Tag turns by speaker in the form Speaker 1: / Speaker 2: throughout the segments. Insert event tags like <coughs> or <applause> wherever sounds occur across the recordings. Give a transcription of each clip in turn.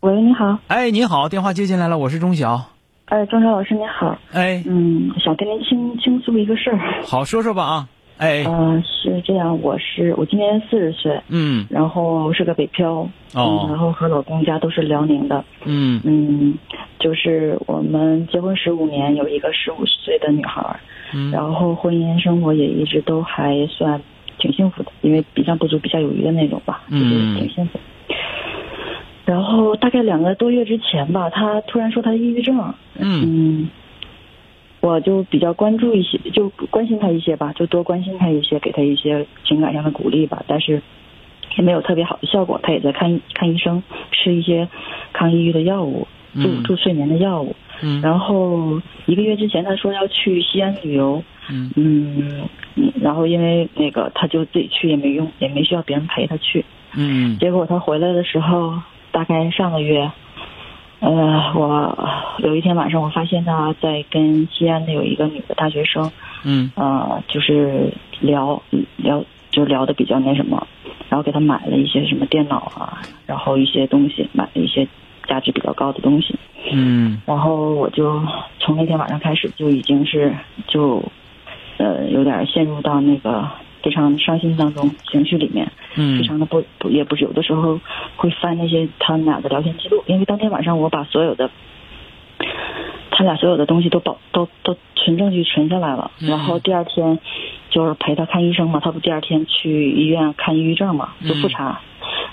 Speaker 1: 喂，你好，
Speaker 2: 哎，你好，电话接进来了，我是钟晓。
Speaker 1: 呃，钟超老师您好，
Speaker 2: 哎，
Speaker 1: 嗯，想跟您倾倾诉一个事儿，
Speaker 2: 好，说说吧啊。哎，
Speaker 1: 呃，是这样，我是我今年四十岁，
Speaker 2: 嗯，
Speaker 1: 然后是个北漂，
Speaker 2: 哦
Speaker 1: 嗯，然后和老公家都是辽宁的，
Speaker 2: 嗯，
Speaker 1: 嗯，就是我们结婚十五年，有一个十五岁的女孩儿，
Speaker 2: 嗯，
Speaker 1: 然后婚姻生活也一直都还算挺幸福的，因为比上不足，比下有余的那种吧，就是
Speaker 2: 嗯
Speaker 1: 挺幸福。然后大概两个多月之前吧，她突然说她抑郁症，
Speaker 2: 嗯，
Speaker 1: 嗯，我就比较关注一些，就关心他一些吧，就多关心他一些，给他一些情感上的鼓励吧。但是也没有特别好的效果，他也在看看医生，吃一些抗抑郁的药物，助
Speaker 2: 嗯
Speaker 1: 助睡眠的药物。
Speaker 2: 嗯，
Speaker 1: 然后一个月之前，他说要去西安旅游，
Speaker 2: 嗯，
Speaker 1: 嗯，嗯然后因为那个他就自己去也没用，也没需要别人陪他去。
Speaker 2: 嗯，
Speaker 1: 结果他回来的时候，大概上个月，呃，我有一天晚上我发现他在跟西安的有一个女的大学生，
Speaker 2: 嗯，
Speaker 1: 呃，就是聊聊，就聊的比较那什么，然后给他买了一些什么电脑啊，然后一些东西，买了一些价值比较高的东西，
Speaker 2: 嗯，
Speaker 1: 然后我就从那天晚上开始就已经是就，呃，有点陷入到那个非常伤心当中情绪里面。非
Speaker 2: 嗯，
Speaker 1: 常的不不也不是有的时候会翻那些他们俩的聊天记录，因为当天晚上我把所有的他俩所有的东西都保都都存证据存下来了，
Speaker 2: 嗯
Speaker 1: 然后第二天就是陪他看医生嘛，他不第二天去医院看抑郁症嘛，就
Speaker 2: 嗯
Speaker 1: 复查。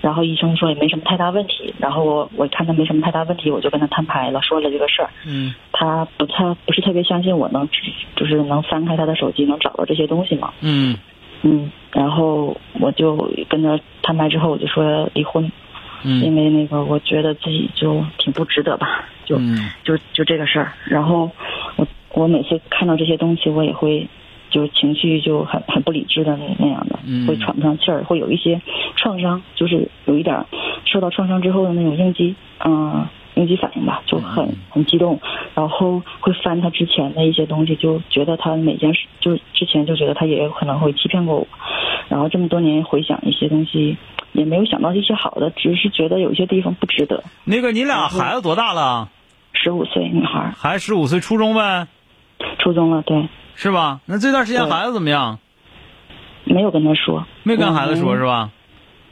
Speaker 1: 然后医生说也没什么太大问题，然后我我看他没什么太大问题，我就跟他摊牌了，说了这个事儿。
Speaker 2: 嗯，
Speaker 1: 他不他不是特别相信我能就是能翻开他的手机能找到这些东西嘛，
Speaker 2: 嗯，
Speaker 1: 嗯，然后我就跟他摊牌之后，我就说离婚，因
Speaker 2: 嗯，
Speaker 1: 为那个我觉得自己就挺不值得吧，就、
Speaker 2: 嗯，
Speaker 1: 就就这个事儿。然后我我每次看到这些东西，我也会就情绪就很很不理智的那那样的
Speaker 2: 嗯，
Speaker 1: 会喘不上气儿，会有一些创伤，就是有一点儿受到创伤之后的那种应激，嗯、应激反应吧，就很
Speaker 2: 嗯
Speaker 1: 很激动，然后会翻他之前的一些东西，就觉得他每件事，就之前就觉得他也有可能会欺骗过我，然后这么多年回想一些东西，也没有想到一些好的，只是觉得有些地方不值得。
Speaker 2: 那个你俩孩子多大了？
Speaker 1: 十五岁女孩，
Speaker 2: 还十五岁，初中呗，
Speaker 1: 初中了，对，
Speaker 2: 是吧？那这段时间孩子怎么样？
Speaker 1: 没有跟他说，嗯
Speaker 2: 没跟孩子说是吧？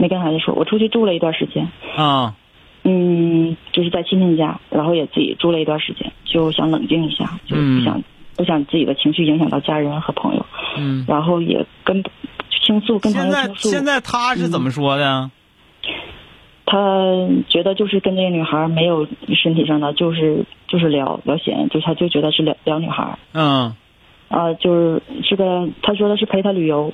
Speaker 1: 没跟孩子说，我出去住了一段时间，
Speaker 2: 啊，
Speaker 1: 嗯，就是在亲戚家，然后也自己住了一段时间，就想冷静一下，就
Speaker 2: 嗯
Speaker 1: 不想、不想自己的情绪影响到家人和朋友，
Speaker 2: 嗯，
Speaker 1: 然后也跟倾诉，跟朋
Speaker 2: 现
Speaker 1: 友
Speaker 2: 在
Speaker 1: 倾诉，
Speaker 2: 现在他是怎么说的？
Speaker 1: 他觉得就是跟这个女孩没有身体上的，就是就是聊聊闲，就他就觉得是聊聊女孩，
Speaker 2: 嗯，
Speaker 1: 啊，就是是个，他说的是陪他旅游，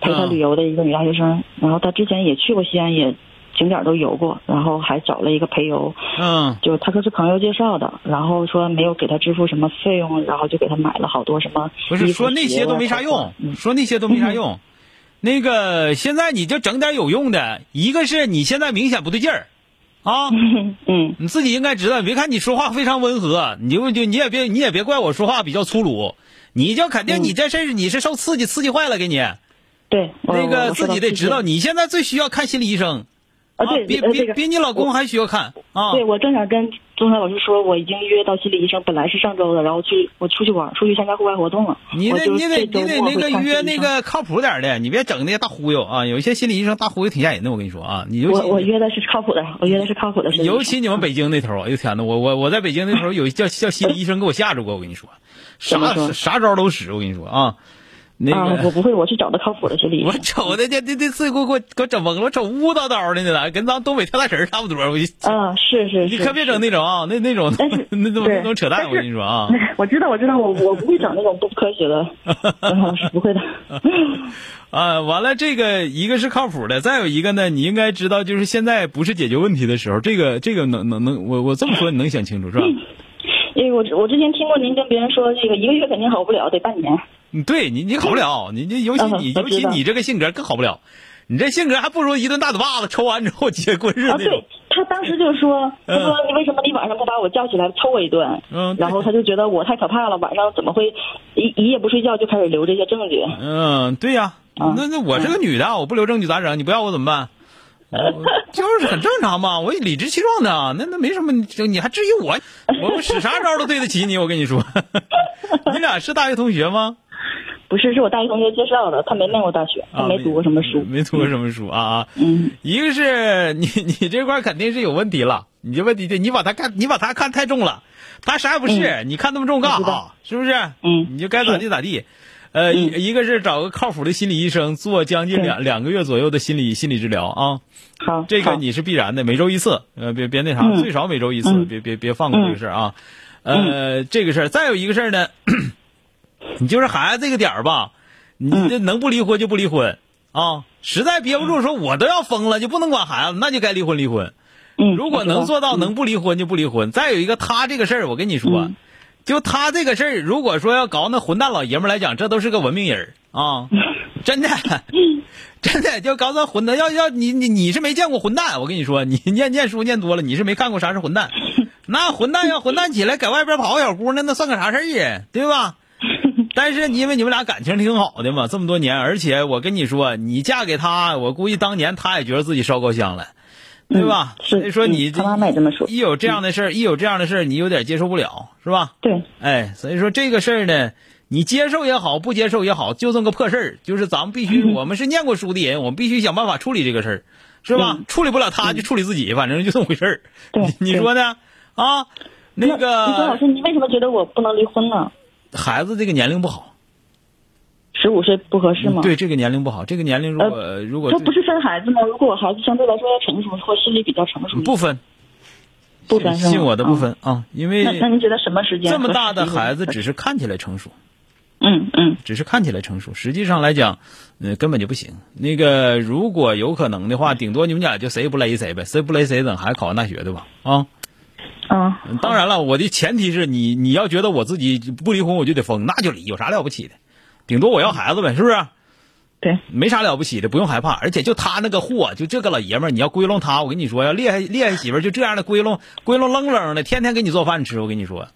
Speaker 1: 陪他
Speaker 2: 嗯
Speaker 1: 旅游的一个女大学生，然后他之前也去过西安，也景点儿都游过，然后还找了一个陪游，
Speaker 2: 嗯，
Speaker 1: 就他说是朋友介绍的，然后说没有给他支付什么费用，然后就给他买了好多什么
Speaker 2: 不
Speaker 1: 衣
Speaker 2: 是
Speaker 1: 服
Speaker 2: 说那些都没啥用，
Speaker 1: 嗯
Speaker 2: 说那些都没啥用。那个现在你就整点有用的，一个是你现在明显不对劲儿，啊，
Speaker 1: 鞋嗯
Speaker 2: 你自己应该知道，别看你说话非常温和，你就就你也别你也别怪我说话比较粗鲁，你就肯
Speaker 1: 嗯
Speaker 2: 定你这事儿你是受刺激刺激坏了给你，
Speaker 1: 对，我
Speaker 2: 那
Speaker 1: 我
Speaker 2: 个
Speaker 1: 哦我
Speaker 2: 自己得知道，你现在最需要看心理医生
Speaker 1: 啊对
Speaker 2: 比
Speaker 1: 呃
Speaker 2: 比
Speaker 1: 这个
Speaker 2: 比你老公
Speaker 1: 我
Speaker 2: 还需要看啊，
Speaker 1: 对，我正想跟钟山老师说，我已经约到心理医生，本来是上周的，然后去我出去玩，出去参加户外活动了。
Speaker 2: 你
Speaker 1: 我
Speaker 2: 得
Speaker 1: 就是
Speaker 2: 你得
Speaker 1: 这周
Speaker 2: 你得
Speaker 1: 末
Speaker 2: 那个
Speaker 1: 会看
Speaker 2: 约
Speaker 1: 心理
Speaker 2: 那
Speaker 1: 医生。
Speaker 2: 个靠谱点儿的，你别整那些大忽悠啊，有一些心理医生大忽悠挺吓人的，我跟你说啊，你尤
Speaker 1: 我我
Speaker 2: 其
Speaker 1: 约的是靠谱的，我约的是靠谱的心理医生。
Speaker 2: 尤其你们北京那头儿，哎呦天呐，我我我在北京那头儿有叫叫心理医生给我吓着过，我跟你说，
Speaker 1: 怎么
Speaker 2: 啥
Speaker 1: 说
Speaker 2: 啥招儿都使，我跟你说啊，那
Speaker 1: 啊，我
Speaker 2: 个，
Speaker 1: 不会，我是找的靠谱的心理医
Speaker 2: <laughs> 我
Speaker 1: 生。
Speaker 2: 瞅的这这这次给我给我给我整懵了，我瞅乌叨叨的那咋，跟咱东北跳大神儿差不多。我就
Speaker 1: 啊，是是
Speaker 2: 你
Speaker 1: 是。 <laughs>
Speaker 2: 可别整那种啊，那那种
Speaker 1: 但是
Speaker 2: <laughs> 那种
Speaker 1: 对
Speaker 2: 那种扯淡，
Speaker 1: 但
Speaker 2: 我
Speaker 1: 是
Speaker 2: 跟你说啊。
Speaker 1: 我知道，我知道，我我不会整那种不科学的，嗯老师
Speaker 2: <laughs>
Speaker 1: 不会的。
Speaker 2: 啊，完了，这个一个是靠谱的，再有一个呢，你应该知道，就是现在不是解决问题的时候，这个这个能能能，我我这么说你能想清楚是吧？
Speaker 1: 嗯因为我我之前听过您跟别人说，这个一个月肯定好不了，得半年。
Speaker 2: 嗯，对你你好不了，你你尤其你、
Speaker 1: 嗯我
Speaker 2: 尤
Speaker 1: 知
Speaker 2: 其
Speaker 1: 道
Speaker 2: 你这个性格更好不了，你这性格还不如一顿大嘴巴子抽完之后接过日
Speaker 1: 啊，
Speaker 2: 那种
Speaker 1: 对。他当时就说，他
Speaker 2: 嗯
Speaker 1: 说你为什么你晚上不把我叫起来抽我一顿？
Speaker 2: 嗯对
Speaker 1: 然后他就觉得我太可怕了，晚上怎么会一一夜不睡觉就开始留这些证据？
Speaker 2: 嗯，对呀、
Speaker 1: 嗯
Speaker 2: 那那我是个女的，我不留证据咋整？你不要我怎么
Speaker 1: <laughs>
Speaker 2: 办？我就是很正常嘛，我理直气壮的啊，那那没什么，你你还质疑我？我使啥招都对得起你，我跟你
Speaker 1: <laughs>
Speaker 2: 说。你俩是大学同学吗？
Speaker 1: 不是，是我大学同学介绍的，他没念过大学，他
Speaker 2: 啊，
Speaker 1: 没读过什么书。
Speaker 2: 没读过什么书啊啊！
Speaker 1: 嗯，
Speaker 2: 一个是你你这块儿肯定是有问题了，你这问题这你把他看你把他看太重了，他啥也不是，你看那么重干
Speaker 1: 嗯我知
Speaker 2: 啥
Speaker 1: 道？
Speaker 2: 是不是？
Speaker 1: 嗯
Speaker 2: 你就该咋地咋地。呃，一一个是找个靠谱的心理医生做将近
Speaker 1: 对
Speaker 2: 两两个月左右的心理心理治疗啊，
Speaker 1: 好，
Speaker 2: 这个
Speaker 1: 好
Speaker 2: 你是必然的，每周一次，呃，别别那啥，
Speaker 1: 嗯
Speaker 2: 最少每周一次，
Speaker 1: 嗯
Speaker 2: 别别别放过这个事儿啊。呃，这个事儿，再有一个事儿呢， <coughs> 你就是孩子这个点儿吧，你
Speaker 1: 嗯
Speaker 2: 这能不离婚就不离婚啊，实在憋不住说我都要疯了，就不能管孩子，那就该离婚离婚。
Speaker 1: 嗯，
Speaker 2: 如果
Speaker 1: 我知道
Speaker 2: 能做到，能不离婚就不离婚。再有一个，他这个事儿，我跟你说
Speaker 1: 嗯，
Speaker 2: 就他这个事儿，如果说要搞那混蛋老爷们儿来讲，这都是个文明人儿
Speaker 1: <laughs>
Speaker 2: 啊，真的，真的就搞那混蛋。要要你你你是没见过混蛋，我跟你说，你念念书念多了，你是没看过啥是混蛋。那混蛋要混蛋起来，搁外边跑个小姑娘，那算个啥事儿呀？对吧？
Speaker 1: <laughs>
Speaker 2: 但是因为你们俩感情挺好的嘛，这么多年，而且我跟你说，你嫁给他，我估计当年他也觉得自己烧高香了，对吧？
Speaker 1: 嗯是
Speaker 2: 所以说你
Speaker 1: 嗯
Speaker 2: 这
Speaker 1: 他妈妈也这么说
Speaker 2: 一有这样的事儿，一有这样的事儿，你有点接受不了，是吧？
Speaker 1: 对，
Speaker 2: 哎，所以说这个事儿呢，你接受也好，不接受也好，就这么个破事儿，就是咱们必
Speaker 1: 嗯
Speaker 2: 须，我们是念过书的人，我们必须想办法处理这个事儿，是吧？
Speaker 1: 嗯
Speaker 2: 处理不了他就处理自己，反正就这么回事儿。
Speaker 1: 对
Speaker 2: 你你
Speaker 1: 对
Speaker 2: 说呢？啊，那
Speaker 1: 你说老
Speaker 2: 个
Speaker 1: 师，你为什么觉得我不能离婚呢？
Speaker 2: 孩子这个年龄不好。
Speaker 1: 十五岁不合适吗？
Speaker 2: 嗯对，这个年龄不好，这个年龄如果、如果
Speaker 1: 这不是分孩子吗？如果我孩子相对来说要成熟，或心理比较成熟，
Speaker 2: 不嗯分，
Speaker 1: 不分是吗
Speaker 2: 信我的不。分
Speaker 1: 嗯
Speaker 2: 啊、因
Speaker 1: 那那
Speaker 2: 为
Speaker 1: 您觉得什么时间
Speaker 2: 这么
Speaker 1: 合适
Speaker 2: 大的
Speaker 1: 离婚
Speaker 2: 孩子只是看起来成熟，
Speaker 1: 嗯嗯
Speaker 2: 只是看起来成熟，实际上来讲，嗯、根本就不行。那个如果有可能的话，顶多你们俩就谁也不勒谁呗，谁不勒谁等孩子考上大学对吧？啊、
Speaker 1: 嗯，
Speaker 2: <laughs> 当然了，我的前提是你你要觉得我自己不离婚我就得疯，那就离，有啥了不起的？顶多我要孩子呗，是不是？
Speaker 1: 对，
Speaker 2: 没啥了不起的，不用害怕。而且就他那个货，就这个老爷们儿，你要归拢他，我跟你说，要厉害厉害媳妇儿，就这样的归拢 <laughs> 归拢愣愣的，天天给你做饭吃。我跟你说，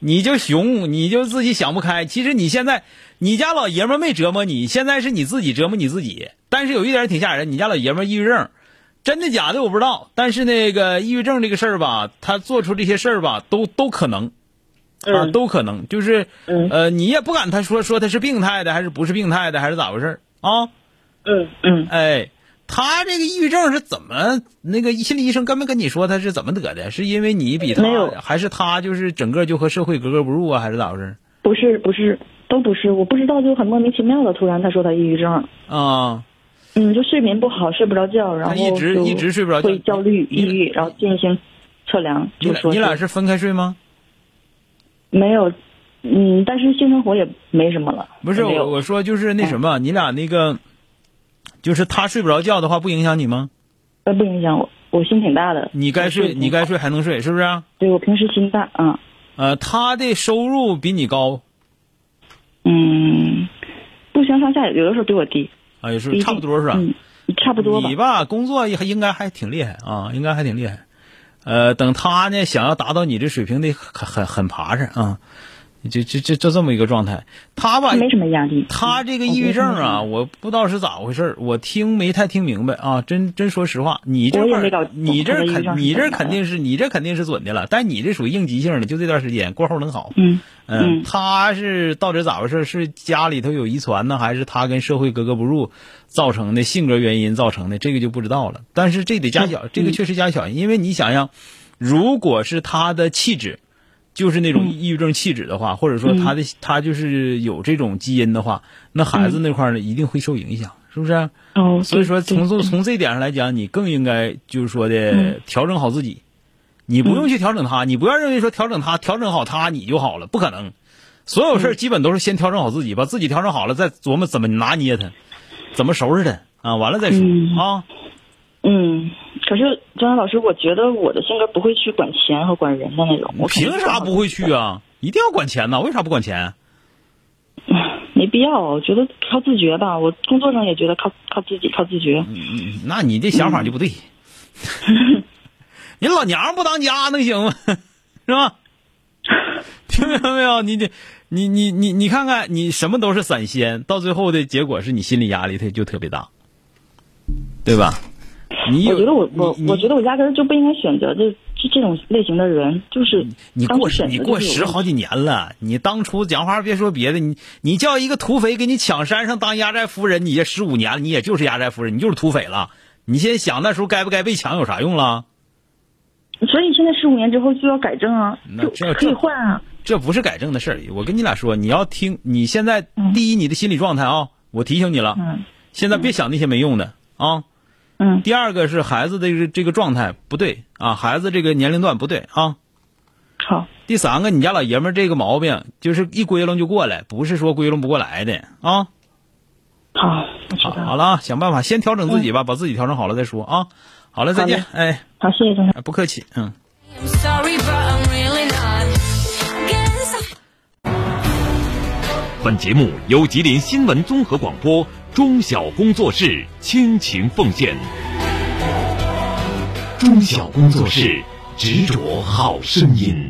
Speaker 2: 你就熊，你就自己想不开。其实你现在，你家老爷们儿没折磨你，现在是你自己折磨你自己。但是有一点挺吓人，你家老爷们儿抑郁症，真的假的我不知道。但是那个抑郁症这个事儿吧，他做出这些事儿吧，都都可能。啊，
Speaker 1: 嗯
Speaker 2: 都可能，就是，
Speaker 1: 嗯
Speaker 2: 呃，你也不敢他说说他是病态的，还是不是病态的，还是咋回事儿啊？
Speaker 1: 嗯嗯，
Speaker 2: 哎，他这个抑郁症是怎么那个心理医生跟没跟你说他是怎么得的？是因为你比他
Speaker 1: 没有，
Speaker 2: 还是他就是整个就和社会格格不入啊，还是咋回事儿
Speaker 1: 不是不是，都不是，我不知道，就很莫名其妙的，突然他说他抑郁症，
Speaker 2: 啊？
Speaker 1: 嗯，就睡眠不好，睡不着觉，然
Speaker 2: 他
Speaker 1: 后
Speaker 2: 一直
Speaker 1: 就
Speaker 2: 一直睡不着觉
Speaker 1: 会焦虑、
Speaker 2: 你
Speaker 1: 抑郁，然后进行测量，
Speaker 2: 你
Speaker 1: 就
Speaker 2: 俩
Speaker 1: 说
Speaker 2: 你俩
Speaker 1: 是
Speaker 2: 是分开睡吗？
Speaker 1: 没有，嗯，但是性生活也没什么了，
Speaker 2: 不是
Speaker 1: 没有嗯
Speaker 2: 我我说就是那什么，你俩那个，就是他睡不着觉的话，不影响你吗？
Speaker 1: 呃，不影响我，我心挺大的。
Speaker 2: 你该睡你该睡还能睡，是不是啊、
Speaker 1: 对我平时心大啊，
Speaker 2: 呃，他的收入比你高
Speaker 1: 嗯，不相上下，有的时候比我低，
Speaker 2: 啊，也是
Speaker 1: 低
Speaker 2: 差不多是吧？
Speaker 1: 嗯，差不多吧
Speaker 2: 你。吧，工作也还应该还挺厉害啊，应该还挺厉害。呃，等他呢，想要达到你这水平得很很很爬碴啊，就就就就这么一个状态。他吧，
Speaker 1: 没什么压力。
Speaker 2: 他这个抑郁症啊，
Speaker 1: 嗯
Speaker 2: 我不知道是咋回事儿我听没太听明白啊。真真说实话，你这
Speaker 1: 我也
Speaker 2: 块
Speaker 1: 没搞
Speaker 2: 儿你这儿
Speaker 1: 我的抑郁
Speaker 2: 肯
Speaker 1: 症是
Speaker 2: 你这儿肯定是你这
Speaker 1: 怎么
Speaker 2: 肯定是准的了，但你这属于应急性的，就这段时间过后能好。
Speaker 1: 嗯
Speaker 2: 嗯，
Speaker 1: 嗯
Speaker 2: 他是到底咋回事？是家里头有遗传呢，还是他跟社会格格不入造成的性格原因造成的？这个就不知道了。但是这得加小，这个确实加小心，因为你想想，如果是他的气质，就是那种抑郁症气质的话，或者说他的他就是有这种基因的话，那孩子那块儿呢一定会受影响，是不是啊？
Speaker 1: 哦，
Speaker 2: 所以说
Speaker 1: 对
Speaker 2: 从
Speaker 1: 对
Speaker 2: 从从这一点上来讲，你更应该就是说的
Speaker 1: 嗯
Speaker 2: 调整好自己，你不用去调整他，你不要认为说调整他，调整好他你就好了，不可能。所有事儿基本都是先调整好自己，把自己调整好了，再琢磨怎么拿捏他，怎么收拾他啊，完了再说
Speaker 1: 嗯
Speaker 2: 啊。
Speaker 1: 嗯，可是张楠老师，我觉得我的性格不会去管钱和管人的那种，我肯定
Speaker 2: 凭啥不会去啊？一定要管钱呐？为啥不管钱？
Speaker 1: 没必要，我觉得靠自觉吧。我工作上也觉得靠靠自己，靠自觉。
Speaker 2: 嗯那你这想法就不对。
Speaker 1: 嗯
Speaker 2: <laughs> 你老娘不当家能行吗？ <laughs> 是
Speaker 1: <laughs>
Speaker 2: 吧？听明白没有？你这，你你你你看看，你什么都是散仙，到最后的结果是你心理压力它就特别大，对吧？你
Speaker 1: 我
Speaker 2: 有
Speaker 1: 觉得我我
Speaker 2: 你
Speaker 1: 我觉得我压根儿就不应该选择这这这种类型的人，就是
Speaker 2: 嗯你
Speaker 1: 当
Speaker 2: 过
Speaker 1: 时
Speaker 2: 十
Speaker 1: 选择
Speaker 2: 你
Speaker 1: 就
Speaker 2: 过
Speaker 1: 是有
Speaker 2: 十
Speaker 1: 问
Speaker 2: 好
Speaker 1: 题
Speaker 2: 几年了，你当初讲话别说别的，你你叫一个土匪给你抢山上当压寨夫人，你也十五年了，你也就是压寨夫人，你就是土匪了。你现在想那时候该不该被抢有啥用了？
Speaker 1: 所以现在十五年之后就要改正啊
Speaker 2: 那，这
Speaker 1: 就可以
Speaker 2: 这
Speaker 1: 换啊。
Speaker 2: 这不是改正的事儿。我跟你俩说，你要听，你现在第一你的心理状态啊，我提醒你了，
Speaker 1: 嗯
Speaker 2: 现在别想那些没用的啊。
Speaker 1: 嗯
Speaker 2: 第二个是孩子的这个这个状态不对啊，孩子这个年龄段不对啊。
Speaker 1: 好，
Speaker 2: 第三个，你家老爷们儿这个毛病就是一归拢就过来，不是说归拢不过来的啊。
Speaker 1: 好，我知
Speaker 2: 好，
Speaker 1: 道
Speaker 2: 好
Speaker 1: 了。
Speaker 2: 了啊，想办法先调整自己吧，把自己调整好了再说啊。好了，再见
Speaker 1: 好。
Speaker 2: 哎，
Speaker 1: 好，谢谢张楠。
Speaker 2: 不客气，嗯。
Speaker 3: I'm sorry, but I'm really not. Guess I
Speaker 4: 本节目由吉林新闻综合广播中小工作室倾情奉献。中小工作室执着好声音。